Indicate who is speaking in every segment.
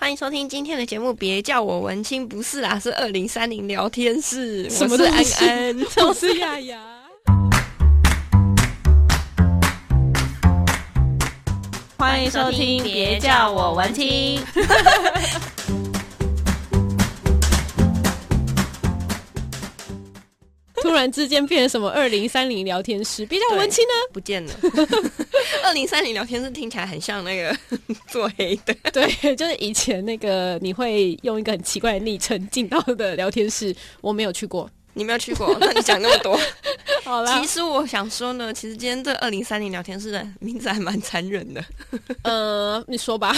Speaker 1: 欢迎收听今天的节目。别叫我文青，不是啦，是二零三零聊天室。
Speaker 2: 什么
Speaker 1: 我是
Speaker 2: 东
Speaker 1: 安
Speaker 2: 西
Speaker 1: 安，
Speaker 2: 我是雅雅。 欢迎收听，别叫我文青。突然之间变成什么二零三零聊天室，别叫我文青呢？
Speaker 1: 不见了。二零三零聊天室听起来很像那个 做黑的，
Speaker 2: 对，就是以前那个你会用一个很奇怪的昵称进到的聊天室，我没有去过。
Speaker 1: 你没有去过？那你讲那么多，
Speaker 2: 好啦
Speaker 1: 其，实我想说呢，其实今天这二零三零聊天室的名字还蛮残忍的。
Speaker 2: 呃，你说吧。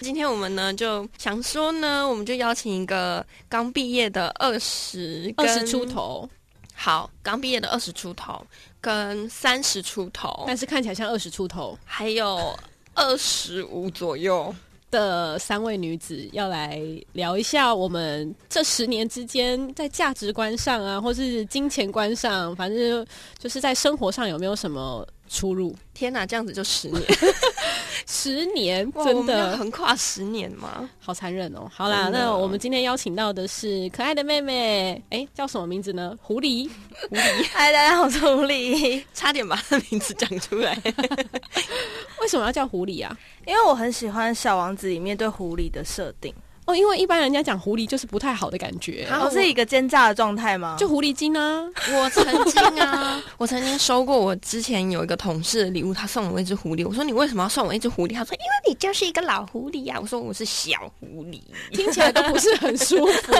Speaker 1: 今天我们呢就想说呢，我们就邀请一个刚毕业的二十
Speaker 2: 二十出，头，
Speaker 1: 好，刚毕业的二十出头跟三十出头，
Speaker 2: 但是看起来像二十出头
Speaker 1: 还有二十五左右。
Speaker 2: 的三位女子，要来聊一下我们这十年之间在价值观上啊，或是金钱观上，反正就是在生活上有没有什么出入？
Speaker 1: 天哪，这样子就十年，
Speaker 2: 十年
Speaker 1: 哇我
Speaker 2: 真
Speaker 1: 们要
Speaker 2: 的
Speaker 1: 横跨十年吗？
Speaker 2: 好残忍哦！好啦，
Speaker 1: 真的
Speaker 2: 那我们今天邀请到的是可爱的妹妹，哎，叫什么名字呢？狐狸，
Speaker 3: 嗨，大家好，我是狐狸。
Speaker 1: 差点把 他名字讲出来。
Speaker 2: 为什么要叫狐狸啊？
Speaker 3: 因为我很喜欢《小王子》里面对狐狸的设定，
Speaker 2: 哦，因为一般人家讲狐狸就是不太好的感觉，
Speaker 1: 啊
Speaker 3: 我是一个奸诈的状态吗？
Speaker 2: 就狐狸精啊。
Speaker 1: 我曾经啊，我曾经收过我之前有一个同事的礼物，他送了我一只狐狸。我说你为什么要送我一只狐狸？他说因为你就是一个老狐狸啊呀、我说我是小狐狸。
Speaker 2: 听起来都不是很舒 服。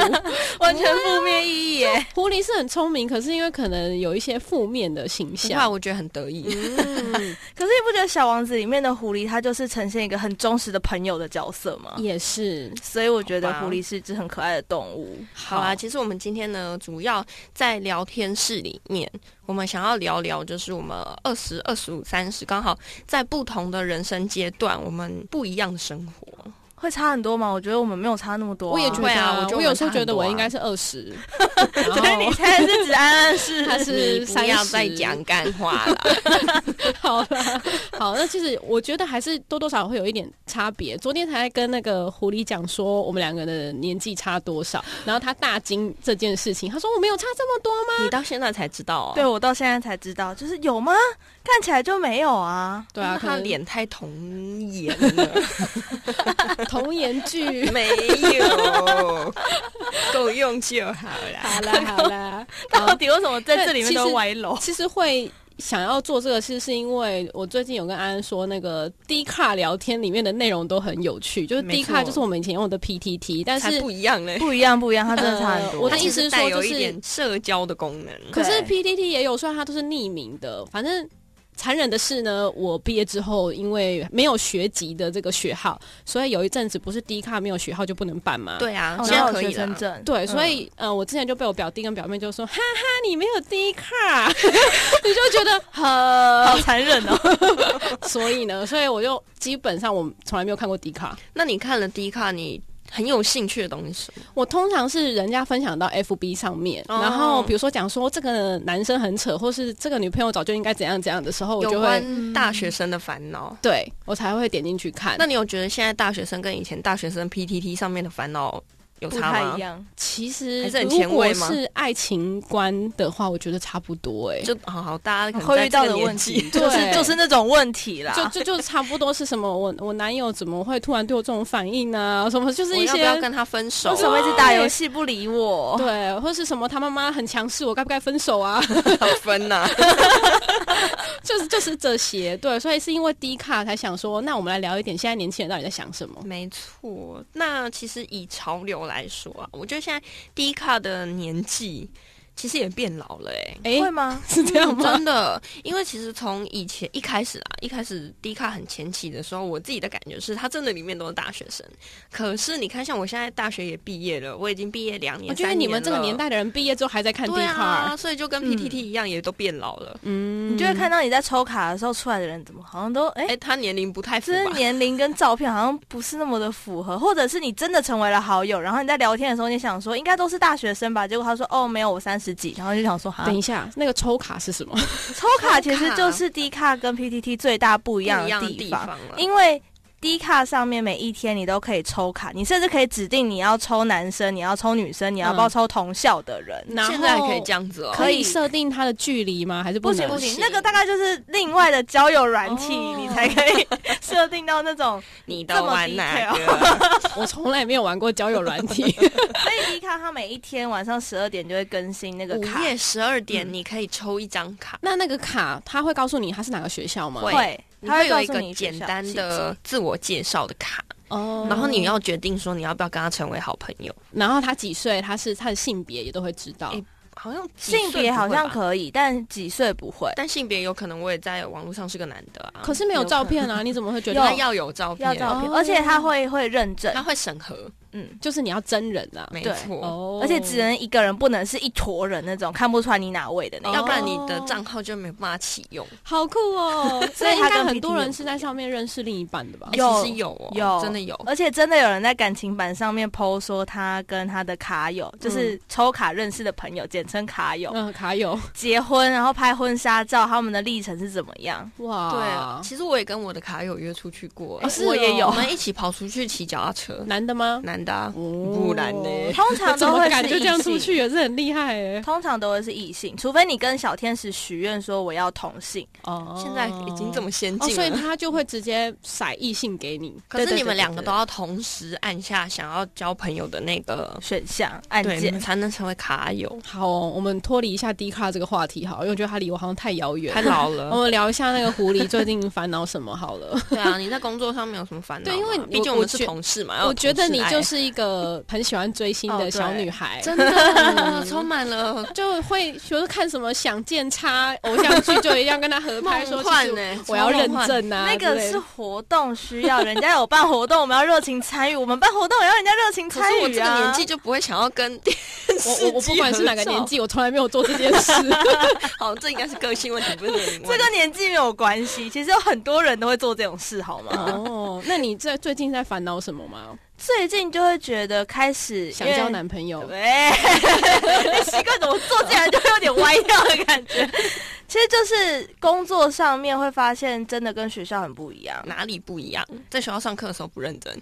Speaker 3: 完全负面意义耶。
Speaker 2: 狐狸是很聪明，可是因为可能有一些负面的形
Speaker 1: 不怕，
Speaker 2: 象。
Speaker 1: 我觉得很得意。
Speaker 2: 嗯，
Speaker 3: 可是你不觉得《小王子》里面的狐狸，它就是呈现一个很忠实的朋友的角色吗？
Speaker 2: 也是。
Speaker 3: 所以我觉得
Speaker 1: 好吧
Speaker 3: 狐狸是一只很可爱的动物。
Speaker 1: 好啊，其实我们今天呢，主要在聊天室里面，我们想要聊聊，就是我们二十二、十五、三十，刚好在不同的人生阶段，我们不一样的生活。
Speaker 3: 会差很多吗？我觉得我们没有差那么多、
Speaker 2: 我也觉得
Speaker 1: 会
Speaker 2: 啊、
Speaker 1: 啊我觉得
Speaker 2: 我
Speaker 1: 我
Speaker 2: 有
Speaker 1: 们
Speaker 2: 时候
Speaker 1: 差很
Speaker 2: 觉得
Speaker 1: 多
Speaker 2: 我
Speaker 1: 啊
Speaker 2: 应该是 二十，
Speaker 3: 所 以你现在是指安安 是
Speaker 2: 他是
Speaker 1: 你不
Speaker 2: 三
Speaker 1: 要
Speaker 2: 十。
Speaker 1: 再讲干话 了。
Speaker 2: 好了，好，那其实我觉得还是多多少少会有一点差别。昨天才跟那个狐狸讲说，我们两个的年纪差多少，然后他大惊这件事情，他说我没有差这么多吗？
Speaker 1: 你到现在才知道哦。
Speaker 2: 啊
Speaker 3: 对，我到现在才知道，就是有吗？看起来就没有啊。
Speaker 2: 对啊，可
Speaker 1: 他
Speaker 2: 能
Speaker 1: 脸太童颜 了，
Speaker 2: 童颜剧。
Speaker 1: 没有，够用就 好啦。
Speaker 2: 好啦好啦，好
Speaker 3: 到底为什么在这里面
Speaker 2: 对其
Speaker 3: 都
Speaker 2: 实
Speaker 3: 歪楼？
Speaker 2: 其实会想要做这个事，是因为我最近有跟安安说，那个 D 卡聊天里面的内容都很有趣，就是
Speaker 1: 没
Speaker 2: D
Speaker 1: 错
Speaker 2: 卡就是我们以前用的 PTT，但
Speaker 1: 才
Speaker 2: 是
Speaker 1: 不一样嘞。
Speaker 3: 不一样，不一样，它真的差很
Speaker 2: 呃
Speaker 3: 多。
Speaker 2: 我的
Speaker 1: 它
Speaker 2: 意
Speaker 1: 其实
Speaker 2: 思是
Speaker 1: 带
Speaker 2: 说
Speaker 1: 有
Speaker 2: 就
Speaker 1: 一
Speaker 2: 是
Speaker 1: 点社交的功能。啊
Speaker 2: 可是
Speaker 3: 对
Speaker 2: PTT 也有，虽然它都是匿名的，反正。残忍的是呢，我毕业之后因为没有学籍的这个学号，所以有一阵子不是 D 卡没有学号就不能办嘛。
Speaker 1: 对啊，
Speaker 3: 哦
Speaker 1: 现在
Speaker 3: 那有
Speaker 1: 可
Speaker 3: 学
Speaker 1: 以
Speaker 3: 生
Speaker 1: 了。
Speaker 3: 证，
Speaker 2: 对，
Speaker 3: 嗯
Speaker 2: 所以、呃，我之前就被我表弟跟表妹就说：“哈哈，你没有 D 卡，你就觉得很
Speaker 3: 好残忍哦。
Speaker 2: 所以呢，所以我就基本上我从来没有看过迪卡。
Speaker 1: 那你看了 D 卡，你很有兴趣的东西是什么？
Speaker 2: 我通常是人家分享到 FB 上面，
Speaker 1: 哦
Speaker 2: 然后比如说讲说这个男生很扯，或是这个女朋友早就应该怎样怎样的时候，我
Speaker 1: 有
Speaker 2: 就会
Speaker 3: 嗯
Speaker 1: 关大学生的烦恼。
Speaker 2: 对我才会点进去看。
Speaker 1: 那你有觉得现在大学生跟以前大学生 PTT 上面的烦恼有
Speaker 3: 不
Speaker 1: 差
Speaker 3: 太
Speaker 1: 吗
Speaker 3: 一？样。
Speaker 2: 其实
Speaker 1: 还是很
Speaker 2: 如
Speaker 1: 前
Speaker 2: 果
Speaker 1: 卫吗
Speaker 2: 是爱情观的话，我觉得差不多哎、
Speaker 1: 就好好，大家可能
Speaker 3: 会
Speaker 1: 在
Speaker 3: 遇到
Speaker 1: 这个
Speaker 3: 的
Speaker 1: 年
Speaker 3: 问
Speaker 1: 纪
Speaker 3: 题，
Speaker 2: 对
Speaker 3: 就是就是那种问题啦。
Speaker 2: 就就就差不多是什么？我我男友怎么会突然对我这种反应呢、 什么就是
Speaker 1: 我
Speaker 2: 一
Speaker 1: 要不
Speaker 2: 些
Speaker 1: 要跟他分手
Speaker 3: 为
Speaker 1: 啊？
Speaker 3: 什么一直打游戏不理我？
Speaker 2: 对，或是什么他妈妈很强势，我该不该分手啊？
Speaker 1: 要分呐？
Speaker 2: 就是就是这些，对，所以是因为低卡才想说，那我们来聊一点现在年轻人到底在想什么。
Speaker 1: 没错，那其实以潮流来说啊，我觉得现在 D 卡的年纪其实也变老了哎、
Speaker 2: 哎、
Speaker 3: 会吗？
Speaker 2: 是这样吗？
Speaker 1: 嗯真的，因为其实从以前一开始啊，一开始 D 卡很前期的时候，我自己的感觉是，它真的里面都是大学生。可是你看，像我现在大学也毕业了，我已经毕业嗯两年，
Speaker 2: 我觉得
Speaker 1: 三
Speaker 2: 你们
Speaker 1: 了
Speaker 2: 这个年代的人毕业之后还在看低
Speaker 1: 对
Speaker 2: 卡、
Speaker 1: 啊，所以就跟
Speaker 3: 嗯
Speaker 1: PTT 一样，也都变老了。
Speaker 2: 嗯，
Speaker 3: 你就会看到你在抽卡的时候出来的人，怎么好像都哎
Speaker 1: 哎、，他年龄不太符
Speaker 3: 这是
Speaker 1: 吧？
Speaker 3: 年龄跟照片好像不是那么的符合，或者是你真的成为了好友，然后你在聊天的时候，你想说应该都是大学生吧，结果他说哦没有，我三十几，然后就想说哈
Speaker 2: 等，一下，那个抽卡是什么？
Speaker 3: 抽卡其实就是 D 卡跟 PTT 最大不一
Speaker 1: 不
Speaker 3: 样
Speaker 1: 一样
Speaker 3: 的
Speaker 1: 的
Speaker 3: 地
Speaker 1: 地
Speaker 3: 方，
Speaker 1: 了。
Speaker 3: 因为。 d 卡上面每一天你都可以抽卡，你甚至可以指定你要抽男生，你要抽女生，你
Speaker 1: 嗯
Speaker 3: 要不要抽同校的人。
Speaker 2: 然后
Speaker 1: 现在可以这样子哦。
Speaker 2: 可以设定它的距离吗？还是
Speaker 3: 不
Speaker 2: 能？
Speaker 3: 行不
Speaker 1: 行
Speaker 3: 行，那个大概就是另外的交友软体，
Speaker 2: 哦
Speaker 3: 你才可以设定到那种。
Speaker 1: 你都玩哪
Speaker 3: 这
Speaker 1: 个？
Speaker 2: 我从来没有玩过交友软 体。
Speaker 3: 所以 d 卡它每一天晚上十二点就会更新那个
Speaker 1: 午
Speaker 3: 卡，
Speaker 1: 夜十二点你可以抽一张卡，
Speaker 2: 那那个卡，它会告诉你它是哪个学校吗？
Speaker 1: 会
Speaker 3: 会，它
Speaker 1: 会有
Speaker 3: 告
Speaker 1: 一
Speaker 3: 诉
Speaker 1: 个
Speaker 3: 你学
Speaker 1: 简
Speaker 3: 校
Speaker 1: 单
Speaker 3: 信息
Speaker 1: 的自我介绍的卡，
Speaker 2: 哦
Speaker 1: 然后你，要决定说你要不要跟他成为好朋友。
Speaker 2: 然后他几岁，他是他的性别也都会知道
Speaker 1: 诶。好像几岁
Speaker 3: 性别好像
Speaker 1: 不会吧，
Speaker 3: 可以，但几岁不会。
Speaker 1: 但性别有可能我也在网络上是个男的啊。
Speaker 2: 可是没有照片啊，你怎么会觉
Speaker 3: 有
Speaker 1: 那
Speaker 2: 得？
Speaker 1: 要 有照片，
Speaker 3: 要照片，
Speaker 2: 哦
Speaker 3: 而且他会会认证
Speaker 1: 他，会审核，
Speaker 3: 嗯，
Speaker 2: 就是你要真人啊。
Speaker 1: 没
Speaker 3: 对
Speaker 1: 错。
Speaker 2: 哦
Speaker 3: 而且只能一个人，不能是一坨人那种看不出来你哪位的那
Speaker 1: 要
Speaker 3: 种。
Speaker 1: 不然你的账号就没办法启用。
Speaker 2: 好酷 哦！
Speaker 3: 所
Speaker 2: 那
Speaker 3: 以
Speaker 2: 应
Speaker 3: 它
Speaker 2: 该
Speaker 3: 跟
Speaker 2: 很多
Speaker 3: PT
Speaker 2: 人
Speaker 3: 有
Speaker 2: 是在上面认识另一半的吧
Speaker 1: 哎？
Speaker 3: 有
Speaker 1: 其实有哦，
Speaker 3: 有
Speaker 1: 真的有。
Speaker 3: 而且真的有人在感情版上面 PO 说他跟他的卡友，就是抽卡认识的朋友，简称卡友，
Speaker 2: 嗯，卡友
Speaker 3: 结婚然后拍婚纱照，他们的历程是怎么样？
Speaker 2: 哇
Speaker 1: 对，，其啊实我也跟我的卡友约出去过，
Speaker 2: 啊哦是哦
Speaker 1: 我也有，我们一起跑出去骑脚踏车，
Speaker 2: 男的吗？
Speaker 1: 男的、啊，
Speaker 2: 哦
Speaker 1: 不然呢？
Speaker 3: 通常
Speaker 2: 怎
Speaker 3: 都
Speaker 2: 么
Speaker 3: 会
Speaker 2: 敢
Speaker 3: 是
Speaker 2: 就这样
Speaker 3: 异
Speaker 2: 出
Speaker 3: 性
Speaker 2: 去也是很厉害哎。
Speaker 3: 通常都会是异性，除非你跟小天使许愿说我要同性，
Speaker 2: 哦
Speaker 1: 现在已经这么先
Speaker 2: 哦，
Speaker 1: 进
Speaker 2: 所以
Speaker 1: 了。
Speaker 2: 他就会直接甩异性给你。
Speaker 1: 可是你们两个
Speaker 2: 对对对对对
Speaker 1: 都要同时按下想要交朋友的那个
Speaker 3: 选项按
Speaker 1: 对，你
Speaker 3: 键
Speaker 1: 们。才能成为卡友。
Speaker 2: 好、哦，我们脱离一下 D 卡这个话题好了，因为我觉得它离我好像太遥远
Speaker 1: 太。老
Speaker 2: 我
Speaker 1: 了，
Speaker 2: 们聊一下那个狐狸最近烦恼什么好 了。
Speaker 1: 对 啊，你在工作上面有什么烦恼吗？
Speaker 2: 对因为
Speaker 1: 毕竟我
Speaker 2: 我
Speaker 1: 们
Speaker 2: 我
Speaker 1: 是
Speaker 2: 觉
Speaker 1: 同事
Speaker 3: 啊
Speaker 1: 嘛，要有
Speaker 2: 我觉得
Speaker 1: 同事
Speaker 2: 你
Speaker 3: 哎
Speaker 1: 爱
Speaker 2: 就是一个很喜欢追星的
Speaker 3: 哦
Speaker 2: 小女孩，
Speaker 1: 真的 充满了
Speaker 2: 就会就是看什么想见他偶像剧，就一定要跟他合拍，说
Speaker 1: 梦
Speaker 2: 其
Speaker 1: 幻
Speaker 2: 实
Speaker 3: 欸
Speaker 1: 呢，
Speaker 2: 我要
Speaker 1: 超梦
Speaker 2: 认
Speaker 1: 幻。
Speaker 2: 证啊。
Speaker 3: 那
Speaker 2: 之
Speaker 3: 个
Speaker 2: 类
Speaker 3: 是
Speaker 2: 的
Speaker 3: 活动需要，人家有办活动，我们要热情参与；我们办活动也要人家热情
Speaker 1: 可
Speaker 3: 参
Speaker 1: 是我
Speaker 3: 与
Speaker 1: 这个
Speaker 3: 啊。
Speaker 1: 年纪就不会想要跟电视
Speaker 2: 我我我不管是哪个年纪，我从来没有做这件 事。
Speaker 1: 机合照， 好，这应该是个性问题，不 是年龄问题。
Speaker 3: 这个年纪没有关系，其实有很多人都会做这种事，好吗？
Speaker 2: 哦，那你在最近在烦恼什么吗？
Speaker 3: 最近就会觉得开始
Speaker 2: 想交。
Speaker 3: 因为
Speaker 2: 男朋友？
Speaker 3: 喂，你习惯怎么做，竟然就有点歪掉的感觉。 其实就是工作上面会发现，真的跟学校很不一样。
Speaker 1: 哪里不一样？ 在学校上课的时候不认真，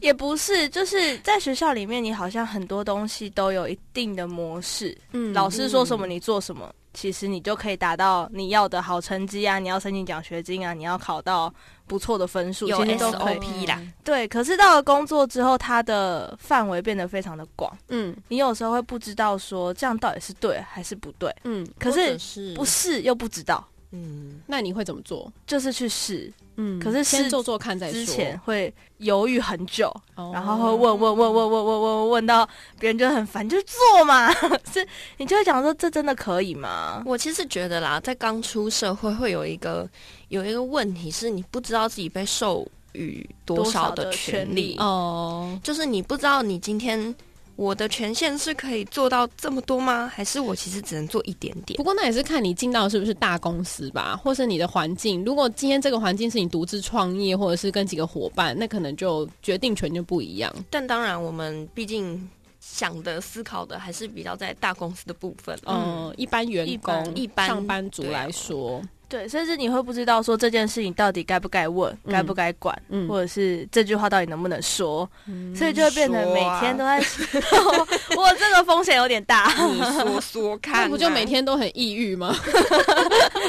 Speaker 3: 也不是，就是在学校里面，你好像很多东西都有一定的模式，
Speaker 2: 嗯
Speaker 3: 老师说什么你做什么，其实你就可以达到你要的好成绩啊，你要申请奖学金啊，你要考到不错的分数，
Speaker 1: 有
Speaker 3: 其实都可以。
Speaker 1: SOP 啦。
Speaker 3: 对，可是到了工作之后，它的范围变得非常的广，
Speaker 2: 嗯
Speaker 3: 你有时候会不知道说这样到底是对还是不对，
Speaker 2: 嗯，
Speaker 3: 可
Speaker 1: 或者
Speaker 3: 是
Speaker 1: 是
Speaker 3: 不是又不知道，
Speaker 1: 嗯，
Speaker 2: 那你会怎么做？
Speaker 3: 就是去试，
Speaker 2: 嗯
Speaker 3: 可是
Speaker 2: 先
Speaker 3: 是
Speaker 2: 做做看再说。
Speaker 3: 之前会犹豫很久，
Speaker 2: 哦
Speaker 3: 然后会问问问问问问问问到别人就很烦，就做嘛， 是你就会讲说这真的可以吗？
Speaker 1: 我其实觉得啦，在刚出社会会有一个有一个问题是你不知道自己被授予多少的权利，
Speaker 3: 多
Speaker 2: 哦，
Speaker 1: 就是你不知道你今天我的权限是可以做到这么多吗？还是我其实只能做一点点
Speaker 2: 不？过那也是看你进到是不是大公司吧，或是你的环境。如果今天这个环境是你独自创业，或者是跟几个伙伴，那可能就决定权就不一样。
Speaker 1: 但当然，我们毕竟想的、思考的还是比较在大公司的部分。
Speaker 2: 嗯，一般员工、
Speaker 1: 一般
Speaker 2: 上班族来说，
Speaker 3: 对，甚至你会不知道说这件事情到底该不该问，
Speaker 2: 嗯
Speaker 3: 该不该管，
Speaker 2: 嗯，
Speaker 3: 或者是这句话到底能不能说，
Speaker 2: 嗯啊
Speaker 3: 所以就会变成每天都在。 我我这个风险有点大，
Speaker 1: 你嗯说 说看、
Speaker 2: 嗯
Speaker 1: 啊
Speaker 2: 那不就每？天都很抑郁吗？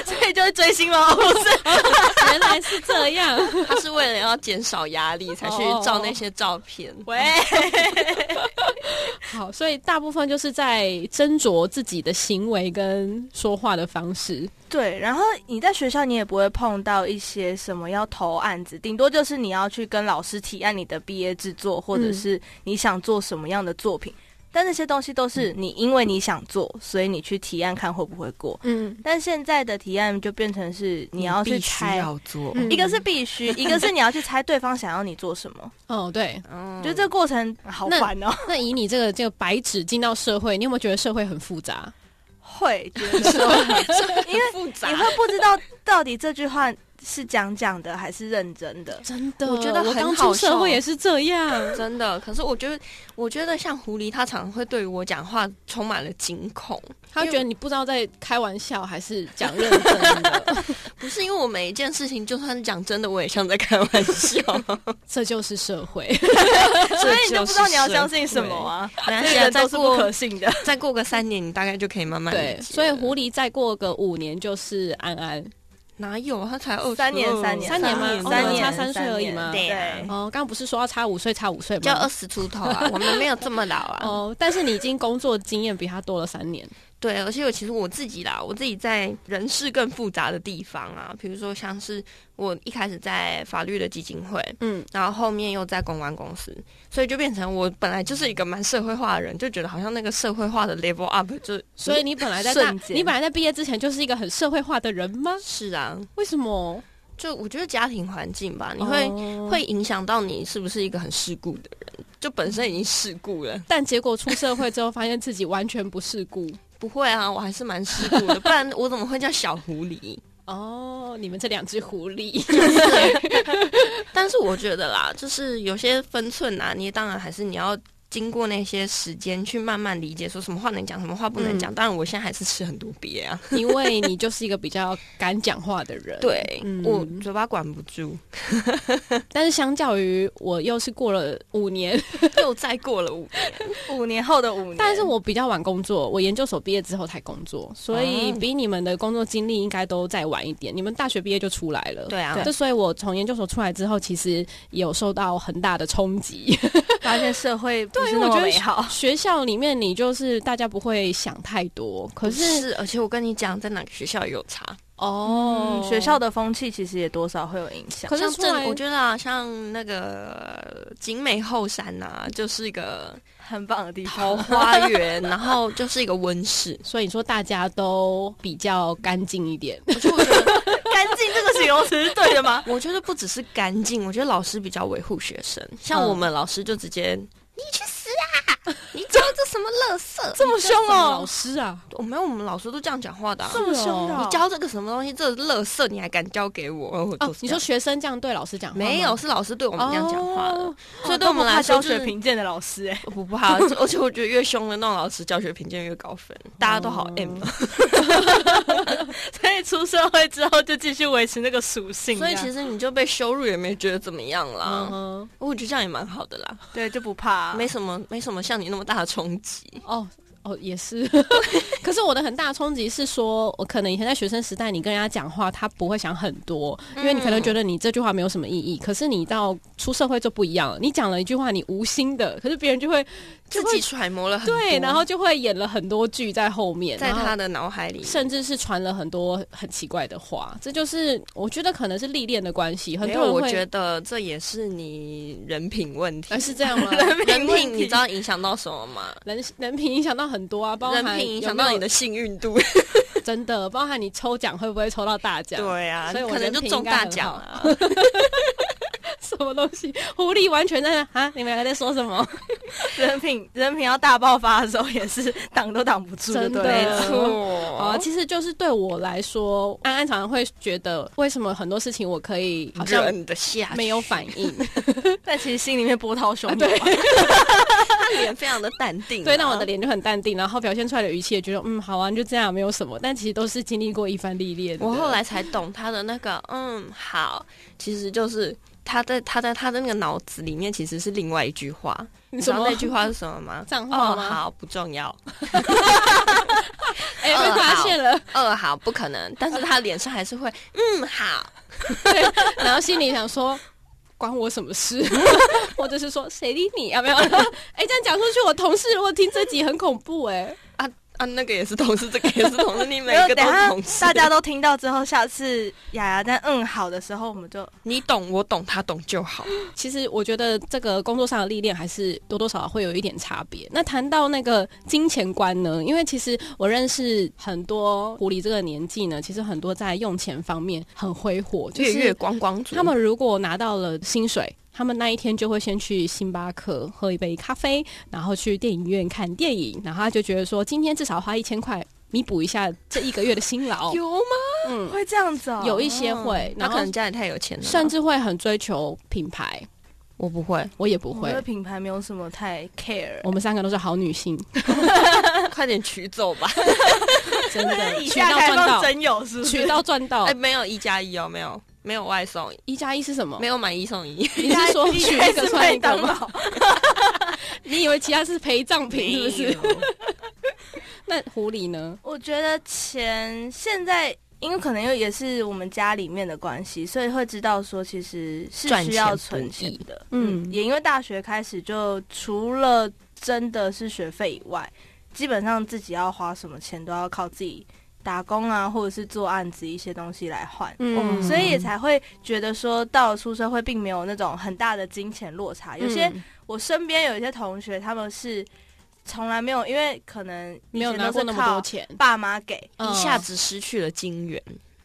Speaker 3: 所以就会追星喽。不是
Speaker 2: 原来是这样，
Speaker 1: 他是为了要减少压力才去
Speaker 2: 哦
Speaker 1: 照那些照片。
Speaker 3: 喂，
Speaker 2: 好，所以大部分就是在斟酌自己的行为跟说话的方式。
Speaker 3: 对，然后你在学校你也不会碰到一些什么要投案子，顶多就是你要去跟老师提案你的毕业制作，或者
Speaker 2: 嗯
Speaker 3: 是你想做什么样的作品。但那些东西都是你因为你想做，所以你去提案看会不会过。
Speaker 2: 嗯，
Speaker 3: 但现在的提案就变成是你要去
Speaker 1: 必须
Speaker 3: 猜，
Speaker 1: 要做。
Speaker 2: 嗯
Speaker 3: 一个是必须，一个是你要去猜对方想要你做什么。
Speaker 2: 哦，对，
Speaker 1: 嗯
Speaker 3: 我觉得这个过程好
Speaker 2: 那
Speaker 3: 烦哦，
Speaker 2: 那以你这个这个白纸进到社会，你有没有觉得社会很复杂？
Speaker 3: 会觉得说，
Speaker 1: 因为复
Speaker 3: 你会不知道到底这句话是讲讲的还是认真的？
Speaker 2: 真的，
Speaker 1: 我觉得
Speaker 2: 我
Speaker 1: 很
Speaker 2: 刚
Speaker 1: 好
Speaker 2: 出社
Speaker 1: 笑
Speaker 2: 会也是这样。
Speaker 1: 真的，可是我觉得，我觉得像狐狸，它常常会对我讲话充满了惊恐。
Speaker 2: 他
Speaker 1: 因
Speaker 2: 觉
Speaker 1: 为
Speaker 2: 得你不知道在开玩笑还是讲认真的，
Speaker 1: 不是因为我每一件事情，就算是讲真的，我也像在开玩 笑，
Speaker 2: 这就是社会。
Speaker 1: 所
Speaker 3: 所以你就不知道你要相信什么啊！
Speaker 1: 没关
Speaker 3: 这
Speaker 1: 系
Speaker 3: 些
Speaker 1: 啊，
Speaker 3: 人
Speaker 1: 再
Speaker 3: 都是不可
Speaker 1: 过
Speaker 3: 信的。
Speaker 1: 再过个三年，你大概就可以慢慢
Speaker 2: 对，
Speaker 1: 理解
Speaker 2: 所以
Speaker 1: 了
Speaker 2: 狐狸再过个五年就是安安。
Speaker 1: 哪有他才二
Speaker 3: 三年三年
Speaker 2: 三年吗哦
Speaker 3: 三
Speaker 2: 那
Speaker 3: 年
Speaker 2: 差三岁而已嘛
Speaker 1: 对啊
Speaker 3: 对，
Speaker 2: 哦，刚刚不是说要差五岁，差五岁
Speaker 1: 就二
Speaker 2: 吗？
Speaker 1: 十出头 啊，我们没有这么老啊。
Speaker 2: 哦，但是你已经工作经验比他多了三年，
Speaker 1: 对，而且我其实我自己啦，我自己在人事更复杂的地方啊，比如说像是我一开始在法律的基金会，
Speaker 2: 嗯，
Speaker 1: 然后后面又在公关公司，所以就变成我本来就是一个蛮社会化的人，就觉得好像那个社会化的 level up 就
Speaker 2: 所以你本来在大
Speaker 3: 瞬，间
Speaker 2: 你本来在毕业之前就是一个很社会化的人吗？
Speaker 1: 是啊，
Speaker 2: 为什么？
Speaker 1: 就我觉得家庭环境吧，你会、
Speaker 2: 哦
Speaker 1: 会，影响到你是不是一个很世故的人，就本身已经世故了。
Speaker 2: 但结果出社会之后，发现自己完全不世故。
Speaker 1: 不会啊，我还是蛮世故的，不然我怎么会叫小狐狸？
Speaker 2: 哦，你们这两只狐狸，
Speaker 1: 但是我觉得啦，就是有些分寸拿捏，当然还是你要经过那些时间去慢慢理解，说什么话能讲，什么话不能讲。当然，我现在还是吃很多鳖啊，
Speaker 2: 因为你就是一个比较敢讲话的人。
Speaker 1: 对、
Speaker 2: 嗯
Speaker 1: 我嘴巴管不住，
Speaker 2: 但是相较于我，又是过了五年，
Speaker 1: 又再过了五年，
Speaker 3: 五年后的五年，
Speaker 2: 但是我比较晚工作，我研究所毕业之后才工作，所以
Speaker 1: 哦
Speaker 2: 比你们的工作经历应该都再晚一点。你们大学毕业就出来了，
Speaker 1: 对啊
Speaker 2: 就所以我从研究所出来之后，其实也有受到很大的冲击。
Speaker 3: 发现社会不是
Speaker 2: 我
Speaker 3: 那
Speaker 2: 觉
Speaker 3: 么
Speaker 2: 得
Speaker 3: 美好。
Speaker 2: 学校里面你就是大家不会想太多，可
Speaker 1: 不
Speaker 2: 是
Speaker 1: 是，而且我跟你讲，在哪个学校也有差。
Speaker 2: 哦、
Speaker 3: 嗯，学校的风气其实也多少会有影响。
Speaker 2: 可是
Speaker 1: 像
Speaker 2: 出
Speaker 1: 正，
Speaker 2: 来
Speaker 1: 我觉得啊，像那个景美后山呐、就是一个
Speaker 3: 很棒的地
Speaker 1: 桃
Speaker 3: 方，
Speaker 1: 花 源，然后就是一个温室。
Speaker 2: 所以说大家都比较干净一点。
Speaker 1: 我就觉得 ？
Speaker 3: 干净这个形容词是对的吗
Speaker 1: 我觉得不只是干净，我觉得老师比较维护学生。像
Speaker 2: 嗯
Speaker 1: 我们老师就直接，你去死 啊！你知道这什么垃圾？
Speaker 3: 这么 凶
Speaker 2: 什么老
Speaker 3: 哦，
Speaker 2: 师啊，
Speaker 1: 我没有，我们老师都这样讲话的、啊
Speaker 3: 这。么凶
Speaker 2: 是
Speaker 3: 哦
Speaker 2: 哦
Speaker 1: 你教这个什么东西？这垃圾你还敢交给我？哦我就
Speaker 2: 哦
Speaker 1: 是，
Speaker 2: 你
Speaker 1: 这
Speaker 2: 说
Speaker 1: 样
Speaker 2: 学生这样对老师讲话吗
Speaker 1: 没
Speaker 3: 哦
Speaker 1: 有？？是老师对我们这样讲话的，
Speaker 2: 哦
Speaker 1: 所以对我们来
Speaker 3: 怕
Speaker 1: 说
Speaker 3: 教
Speaker 1: 就是
Speaker 3: 学评鉴的老师哎，
Speaker 1: 我不怕。就而且我觉得越凶的那种老师，教学评鉴越高分，大家都好
Speaker 3: 哦
Speaker 1: M 啊。
Speaker 3: 所以出社会之后就继续维持那个属性这
Speaker 1: 所以
Speaker 3: 样，
Speaker 1: 其实你就被羞辱也没觉得怎么样啦
Speaker 2: 嗯。哼
Speaker 1: 我觉得这样也蛮好的啦，
Speaker 3: 对就不怕啊
Speaker 1: 没什么没什么像你那么大的冲击。
Speaker 2: 哦哦，也是。 可是我的很大的冲击是说，我可能以前在学生时代，你跟人家讲话，他不会想很多，因为你可能觉得你这句话没有什么意义。可是你到出社会就不一样了，你讲了一句话，你无心的，可是别人就会
Speaker 1: 自
Speaker 2: 就会
Speaker 1: 己揣摩了很多，
Speaker 2: 对，然后就会演了很多剧在后面，
Speaker 1: 在
Speaker 2: 然后
Speaker 1: 他的脑海里，
Speaker 2: 甚至是传了很多很奇怪的话。这就是我觉得可能是历练的关系，很
Speaker 1: 没
Speaker 2: 多
Speaker 1: 有，
Speaker 2: 人
Speaker 1: 我
Speaker 2: 会
Speaker 1: 觉得这也是你人品问题
Speaker 2: 呃。是这样吗？
Speaker 1: 人
Speaker 3: 问
Speaker 1: 品你
Speaker 3: 题
Speaker 1: 知道影响到什么吗？
Speaker 2: 人人品影响到很多啊，包含
Speaker 1: 人品影
Speaker 2: 有
Speaker 1: 响
Speaker 2: 没有
Speaker 1: 到你的幸运度。
Speaker 2: 真的，包含你抽奖会不会抽到大奖？
Speaker 1: 啊
Speaker 2: 所以我
Speaker 1: 可能
Speaker 2: 人
Speaker 1: 就
Speaker 2: 品
Speaker 1: 中
Speaker 2: 应该
Speaker 1: 大
Speaker 2: 很
Speaker 1: 奖
Speaker 2: 好
Speaker 1: 啊。
Speaker 2: 什么东西？狐狸完全在那啊！你们两个在 说什么？
Speaker 3: 人品人品要大爆发的时候也是挡都挡不住就
Speaker 2: 真的
Speaker 3: 对
Speaker 1: 没
Speaker 3: 了，
Speaker 1: 错，
Speaker 2: 啊，其实就是对我来说，安安常常会觉得，为什么很多事情我可以好像
Speaker 1: 忍得下，
Speaker 2: 没有反应？
Speaker 3: 但其实心里面波涛汹
Speaker 2: 对
Speaker 3: 涌吧。
Speaker 1: 他脸非常的淡定啊。
Speaker 2: 对，那我的脸就很淡定，然后表现出来的语气也觉得，嗯，好啊，你就这样，没有什么。但其实都是经历过一番历练的。
Speaker 1: 我后来才懂他的那个嗯好，其实就是他在他在他的那个脑子里面其实是另外一句话。
Speaker 2: 你
Speaker 1: 你知
Speaker 2: 什
Speaker 1: 道
Speaker 2: 么
Speaker 1: 那句话是什么吗？
Speaker 2: 脏话吗
Speaker 1: 二好不重要，
Speaker 2: 哎、
Speaker 1: 哦
Speaker 2: 被发 现了，
Speaker 1: 二好不可能，但是他脸上还是会嗯好。
Speaker 2: 然后心里想说。关我什 么事？或者是说谁理你啊？没有， 哎、这样讲出去，我同事如果听这集很恐怖哎、
Speaker 1: 啊啊，那个也是同事， 这个也是同事，你每
Speaker 3: 没有
Speaker 1: 一个
Speaker 3: 等
Speaker 1: 都
Speaker 3: 一下
Speaker 1: 是同事，
Speaker 3: 大家都听到之后，下次雅雅在嗯好的时候，我们就
Speaker 1: 你懂我懂他懂就好。
Speaker 2: 其实我觉得这个工作上的历练还是多多少少会有一点差别。那谈到那个金钱观呢，因为其实我认识很多狐狸这个年纪呢，其实很多在用钱方面很挥霍，就
Speaker 1: 月
Speaker 2: 是
Speaker 1: 月光光族，
Speaker 2: 他们如果拿到了薪水，他们那一天就会先去星巴克喝一杯咖啡，然后去电影院看电影，然后他就觉得说今天至少花一千块弥补一下这一个月的辛
Speaker 1: 。
Speaker 2: 劳
Speaker 1: 有吗？嗯
Speaker 2: 嗯，
Speaker 3: 会这样子哦。
Speaker 2: 有一些会，
Speaker 1: 那
Speaker 2: 然后
Speaker 1: 可能家里太有钱了吧，
Speaker 2: 甚至会很追求品牌，
Speaker 1: 我不会，
Speaker 2: 我也不
Speaker 3: 我
Speaker 2: 会
Speaker 3: 对。品牌没有什么太 care。
Speaker 2: 我们三个都是好女性，
Speaker 1: 快点取走吧。
Speaker 2: 真的，
Speaker 3: 以
Speaker 2: 渠
Speaker 3: 下
Speaker 2: 道
Speaker 3: 开
Speaker 2: 赚
Speaker 3: 放
Speaker 2: 到，
Speaker 3: 真有是不
Speaker 2: 渠
Speaker 3: 是？
Speaker 2: 道赚 到
Speaker 1: 哎，。没有一加一哦，没有，没有外送，
Speaker 2: 一加一是什么？
Speaker 1: 没有买一送 一，
Speaker 2: 你是说取一个
Speaker 3: 是
Speaker 2: 算
Speaker 3: 麦
Speaker 2: 一个
Speaker 3: 当
Speaker 2: 吗？
Speaker 3: 劳，
Speaker 2: 你以为其他是陪葬品是不是？
Speaker 1: 不是？
Speaker 2: 那狐狸呢？
Speaker 3: 我觉得钱现在，因为可能又也是我们家里面的关系，所以会知道说其实是
Speaker 1: 赚
Speaker 3: 需
Speaker 1: 钱
Speaker 3: 要
Speaker 1: 不
Speaker 3: 存钱
Speaker 1: 易
Speaker 3: 的。
Speaker 2: 嗯
Speaker 3: 嗯，也因为大学开始就除了真的是学费以外，基本上自己要花什么钱都要靠自己打工啊，或者是做案子一些东西来换。
Speaker 2: 嗯
Speaker 3: 所以也才会觉得说，到了出社会并没有那种很大的金钱落差。有些
Speaker 2: 嗯
Speaker 3: 我身边有一些同学，他们是从来没有，因为可能
Speaker 2: 没
Speaker 3: 以
Speaker 2: 有
Speaker 3: 前
Speaker 2: 拿
Speaker 3: 都
Speaker 2: 过
Speaker 3: 是
Speaker 2: 那么多
Speaker 3: 靠
Speaker 2: 钱，
Speaker 3: 爸妈给，
Speaker 2: 嗯
Speaker 1: 一下子失去了金元，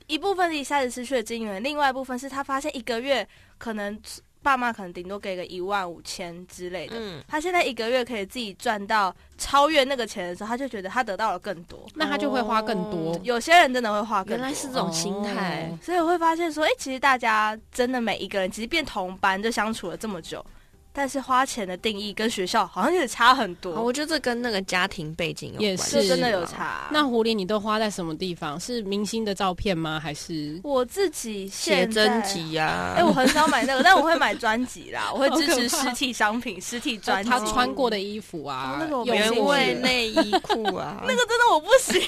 Speaker 3: 一部分是一下子失去了金源，另外一部分是他发现一个月可能爸妈可能顶多给个一万五千之类的。
Speaker 1: 嗯，
Speaker 3: 他现在一个月可以自己赚到超越那个钱的时候，他就觉得他得到了更多。
Speaker 2: 那他就会花更多
Speaker 1: 哦。
Speaker 3: 有些人真的会花更多，
Speaker 1: 原来是这种心态
Speaker 2: 哦，
Speaker 3: 所以我会发现说，哎、其实大家真的每一个人，即便同班就相处了这么久，但是花钱的定义跟学校好像有点差很
Speaker 1: 啊
Speaker 3: 多，
Speaker 1: 我觉得这跟那个家庭背景有
Speaker 2: 也
Speaker 1: 关
Speaker 2: 是
Speaker 3: 这
Speaker 1: 系，
Speaker 3: 真的有差。
Speaker 2: 那狐狸，你都花在什么地方？是明星的照片吗？还是
Speaker 3: 我自己
Speaker 1: 写
Speaker 3: 现在
Speaker 1: 真，集
Speaker 2: 啊
Speaker 1: 啊呀
Speaker 3: 哎、，我很少买那个，但我会买专辑啦，我会支持
Speaker 2: 好可怕
Speaker 3: 实体商品、实体专辑。
Speaker 2: 他穿过的衣服
Speaker 3: 哦
Speaker 2: 啊？
Speaker 3: 那个我
Speaker 2: 有
Speaker 3: 没
Speaker 1: 原
Speaker 2: 兴趣
Speaker 1: 味内衣裤 啊，
Speaker 3: 那个真的我不 行，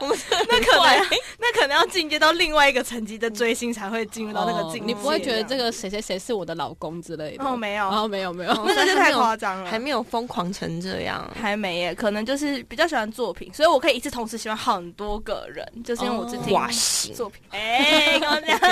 Speaker 3: 那可能那可能要进阶到另外一个层级的追星才会进入到那个
Speaker 2: 哦
Speaker 3: 境界、啊
Speaker 2: 你不会觉得这？个谁谁谁是我的老公之类的？
Speaker 3: 哦，没有，
Speaker 2: 哦，没有没有，
Speaker 3: 那个就太夸张
Speaker 1: 张
Speaker 3: 了，
Speaker 1: 还没有疯狂成这样。
Speaker 3: 还没耶，可能就是比较喜欢作品，所以我可以一次同时喜欢很多个人，就是因为我只听
Speaker 2: 哇
Speaker 1: 哇行，
Speaker 3: 作品。哎、跟我讲，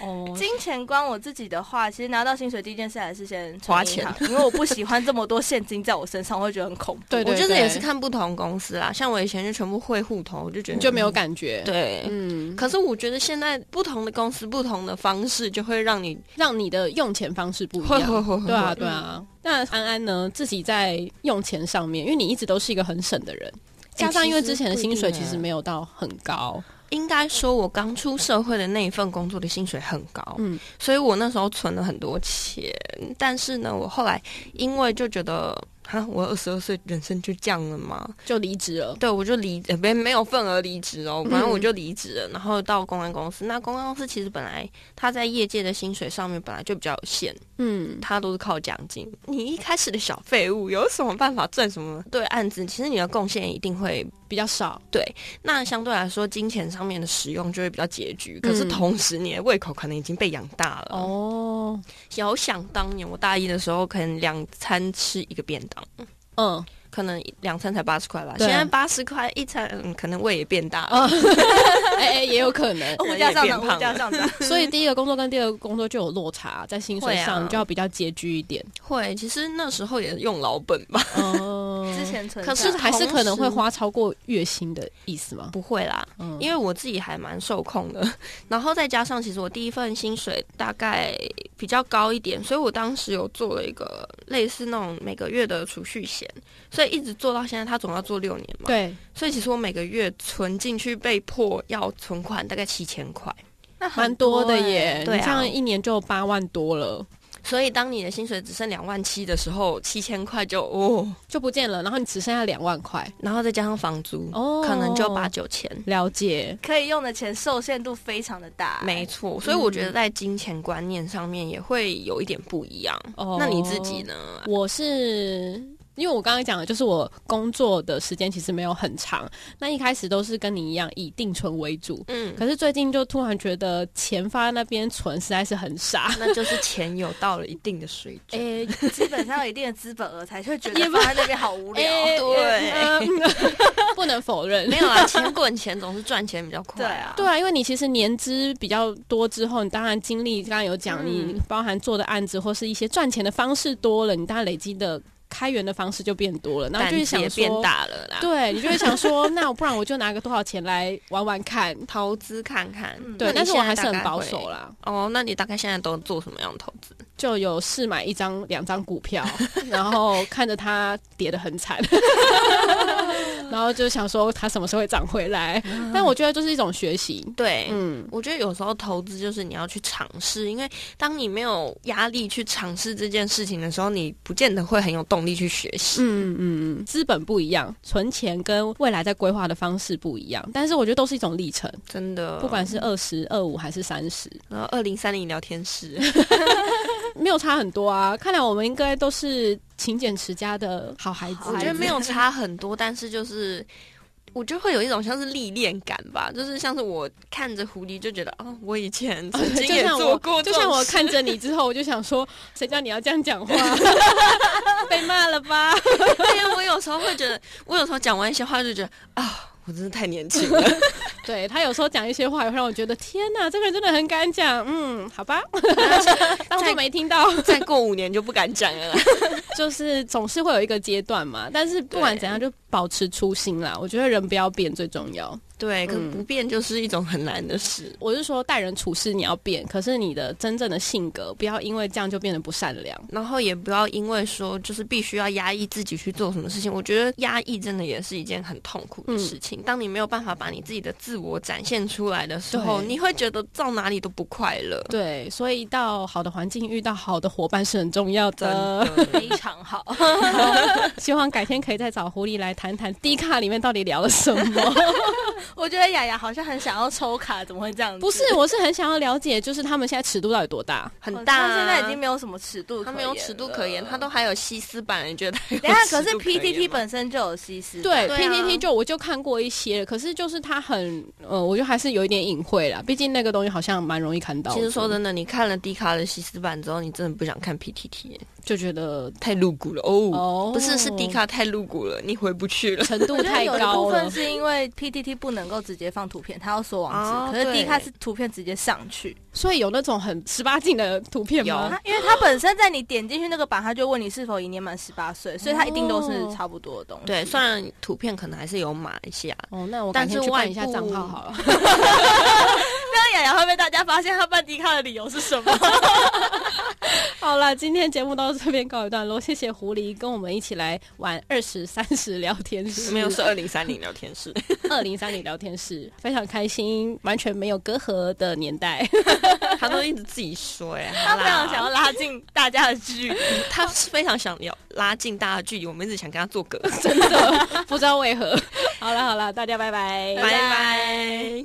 Speaker 2: 哦，
Speaker 3: 金钱观我自己的话，其实拿到薪水第一件事还是先存
Speaker 1: 花
Speaker 3: 银行， 因为我不喜欢这么多现金在我身上，我会觉得很恐怖。
Speaker 2: 对对，
Speaker 1: 我觉得
Speaker 2: 对
Speaker 1: 也是，看不同公司啦，像我以前就全部汇户头，我就觉得
Speaker 2: 你就没有感觉。，
Speaker 1: 对。
Speaker 2: 嗯，
Speaker 1: 可是我觉得现在不同的公司、不同的方式，就会让你
Speaker 2: 让你的用钱方式不一
Speaker 1: 会
Speaker 2: 样。
Speaker 1: 会会会
Speaker 2: 对啊，对啊。那安安呢？自己在用钱上面，因为你一直都是一个很省的人，加上因为之前的薪水其实没有到很高，
Speaker 1: 应该说，我刚出社会的那一份工作的薪水很高，
Speaker 2: 嗯
Speaker 1: 嗯，所以我那时候存了很多钱。但是呢，我后来因为就觉得，哈，我二十二岁人生就这样了嘛，
Speaker 2: 就离职了。
Speaker 1: 对，我就离呃没没有份额离职哦，反正我
Speaker 2: 嗯
Speaker 1: 就离职了，然后到公关公司。那公关公司其实本来他在业界的薪水上面本来就比较有限，
Speaker 2: 嗯，
Speaker 1: 他都是靠奖金。你一开始的小废物有什么办法赚什么对案子？其实你的贡献一定会
Speaker 2: 比较少。
Speaker 1: 对，那相对来说金钱上面的使用就会比较拮据，可是
Speaker 2: 嗯
Speaker 1: 同时你的胃口可能已经被养大了。哦，
Speaker 2: 哦，
Speaker 1: 遥想当年我大一的时候，可能两餐吃一个便当。
Speaker 2: 嗯，
Speaker 1: 可能两餐才八十块吧，
Speaker 2: 对
Speaker 1: 现
Speaker 2: 啊
Speaker 1: 在八十块一餐，嗯，可能胃也变大了。
Speaker 2: 哎哎，也有可 能。
Speaker 3: 哦物价上
Speaker 1: 人也变胖
Speaker 3: 涨，
Speaker 1: 了
Speaker 3: 物价上涨，
Speaker 2: 所以第一个工作跟第二个工作就有落差，在薪水
Speaker 1: 会啊
Speaker 2: 上就要比较拮据一点。
Speaker 1: 会，其实那时候也用老本吧，
Speaker 2: 哦，
Speaker 3: 之前存
Speaker 1: 嗯可
Speaker 2: 是
Speaker 1: 同时
Speaker 2: 还是可能会花超过月薪的意思吗？
Speaker 1: 不会啦，
Speaker 2: 嗯，
Speaker 1: 因为我自己还蛮受控的，然后再加上其实我第一份薪水大概比较高一点，所以我当时有做了一个类似那种每个月的储蓄险，所以一直做到现在，他总要做六年嘛，，
Speaker 2: 对，
Speaker 1: 所以其实我每个月存进去被迫要存款大概七千块，
Speaker 3: 那
Speaker 2: 蛮
Speaker 3: 很
Speaker 2: 多的
Speaker 3: 欸
Speaker 2: 耶。
Speaker 1: 对啊
Speaker 2: 你这样一年就八万多了，
Speaker 1: 所以当你的薪水只剩两万七的时候，七千块就哦，
Speaker 2: 就不见了，然后你只剩下两万块。
Speaker 1: 然后再加上房租，
Speaker 2: 哦
Speaker 1: 可能就八九千。
Speaker 2: 了解，
Speaker 3: 可以用的钱受限度非常的大、欸
Speaker 1: 没错，所以我觉得在金钱观念上面也会有一点不一样。
Speaker 2: 哦
Speaker 1: 那你自己？呢？
Speaker 2: 我是因为我刚刚讲的，就是我工作的时间其实没有很长，那一开始都是跟你一样以定存为主，
Speaker 1: 嗯，
Speaker 2: 可是最近就突然觉得钱放在那边存实在是很傻。
Speaker 1: 那就是钱有到了一定的水准。 哦
Speaker 2: 诶、
Speaker 3: 基本上有一定的资本额才会觉
Speaker 2: 也
Speaker 3: 得
Speaker 2: 不
Speaker 3: 放在那边好无聊。
Speaker 1: 哎
Speaker 2: 诶
Speaker 1: 对
Speaker 2: 呃嗯 不能否认
Speaker 1: 没。有啊， 钱滚钱总是赚钱比较快
Speaker 3: 对啊
Speaker 2: 对啊，因为你其实年资比较多之后，你当然经历刚刚有讲，
Speaker 1: 嗯
Speaker 2: 你包含做的案子或是一些赚钱的方式多了，你当然累积的开源的方式就变多了，然后
Speaker 1: 胆
Speaker 2: 就会
Speaker 1: 子
Speaker 2: 想
Speaker 1: 也
Speaker 2: 说
Speaker 1: 变大了啦。
Speaker 2: 对你就会想说，那我不然我就拿个多少钱来玩玩看。
Speaker 1: 投资看看，
Speaker 3: 嗯
Speaker 2: 对，
Speaker 1: 那你
Speaker 2: 但是我
Speaker 1: 现在
Speaker 2: 还是
Speaker 1: 大
Speaker 2: 很
Speaker 1: 概
Speaker 2: 保
Speaker 1: 会
Speaker 2: 守。啦，
Speaker 1: 哦，那你大概现在都做什么样的投资？
Speaker 2: 就有试买 一张、两张股票，然后看着它跌得很惨，然后就想说它什么时候会长回来。但我觉得就是一种学习，
Speaker 1: 嗯对，
Speaker 2: 嗯，
Speaker 1: 我觉得有时候投资就是你要去尝试，因为当你没有压力去尝试这件事情的时候，你不见得会很有动力去学习。
Speaker 2: 嗯嗯嗯，资本不一样，存钱跟未来在规划的方式不一样，但是我觉得都是一种历程，
Speaker 1: 真的，
Speaker 2: 不管是二十二五还是三十，
Speaker 1: 然后二零三零聊天 室，
Speaker 2: 没有差很多啊。看来我们应该都是勤俭持家的好孩子，
Speaker 1: 我觉得没有差很多，但是就是。我就会有一种像是历练感吧，就是像是我看着狐狸就觉得，哦，我以前 曾经
Speaker 2: 就
Speaker 1: 也
Speaker 2: 像
Speaker 1: 做
Speaker 2: 我
Speaker 1: 过这
Speaker 2: 就
Speaker 1: 种
Speaker 2: 像我
Speaker 1: 事
Speaker 2: 看着你之后，我就想说，谁叫你要这样 讲话？被骂了吧？
Speaker 1: 因为我有时候会觉得，我有时候讲完一些话就觉得啊。我真的太年轻 了，
Speaker 2: 对他有时候讲一些话，也会让我觉得天哪，这个人真的很敢讲。嗯，好 吧，当做没听到。
Speaker 1: 再过五年就不敢讲了啦。
Speaker 2: 就是总是会有一个阶段嘛，但是不管
Speaker 1: 对
Speaker 2: 怎样，就保持初心啦。我觉得人不要变最重要。
Speaker 1: 对，可是
Speaker 2: 嗯
Speaker 1: 不变就是一种很难的事。
Speaker 2: 我是说，待人处事你要变，可是你的真正的性格不要因为这样就变得不善良。
Speaker 1: 然后也不要因为说就是必须要压抑自己去做什么事情，我觉得压抑真的也是一件很痛苦的事情。当你没有办法把你自己的自我展现出来的时候，
Speaker 2: 对
Speaker 1: 你会觉得到哪里都不快乐。
Speaker 2: 对，所以到好的环境遇到好的伙伴是很重要
Speaker 1: 真
Speaker 2: 的。
Speaker 1: 的，
Speaker 3: 啊非常好。
Speaker 2: 希望改天可以再找狐狸来谈谈低卡里面到底聊了什 么。
Speaker 3: 我觉得雅雅好像很想要抽卡，怎么会这样子？
Speaker 2: 不是，我是很想要了解，就是他们现在尺度到底多大？
Speaker 1: 很
Speaker 3: 哦
Speaker 1: 大、啊
Speaker 3: 他现在已经没有什么尺度可言了，
Speaker 1: 他没有尺度可言，他都还有西施版，你觉得他有
Speaker 3: 等一下，
Speaker 1: 尺
Speaker 3: 可是
Speaker 1: 度言
Speaker 3: PTT
Speaker 1: 吗
Speaker 3: 本身就有西施，
Speaker 2: 对
Speaker 1: 对啊
Speaker 2: PPT 就我就看过一些了，可是就是它很呃，我就还是有一点隐晦啦，毕竟那个东西好像蛮容易看到。
Speaker 1: 其实说，真的，你看了迪卡的西斯版之后，你真的不想看 PTT，
Speaker 2: 就觉得
Speaker 1: 太露骨了哦。
Speaker 2: 哦，
Speaker 1: 不是，是迪卡太露骨了，你回不去了。
Speaker 2: 程度
Speaker 3: 我觉得
Speaker 2: 太
Speaker 3: 有一
Speaker 2: 高
Speaker 3: 部
Speaker 2: 了
Speaker 3: 分。是因为 PTT 不能够直接放图片，它要锁
Speaker 1: 哦
Speaker 3: 网址，可是
Speaker 1: 对
Speaker 3: D 卡是图片直接上去，嗯
Speaker 2: 所以有那种很十八禁的图片吗
Speaker 1: 有？
Speaker 3: 它因为它本身在你点进去那个版，它就问你是否已年满十八岁，所以它一定都是差不多的东西。
Speaker 1: 哦对，虽然图片可能还是有码一下，
Speaker 2: 哦，那我
Speaker 1: 但
Speaker 2: 改天
Speaker 1: 是
Speaker 2: 去
Speaker 1: 外
Speaker 2: 办一下
Speaker 1: 部
Speaker 2: 账号好了。
Speaker 3: 这样雅雅会被大家发现她办 D 卡的理由是什么？
Speaker 2: 好啦，今天节目到这边告一段落，谢谢狐狸跟我们一起来玩二十三十聊天 室，
Speaker 1: 没有是二零三零聊天室。
Speaker 2: 二零三零聊天室，非常开心，完全没有隔阂的年代。
Speaker 1: 他都一直自己说 哎、
Speaker 3: 她非常想要拉近大家的距离。
Speaker 1: 他是非常想要拉近大家的距离，我们一直想跟他做个，
Speaker 2: 真的不知道为何。 好了好了，大家拜拜，
Speaker 1: 拜拜。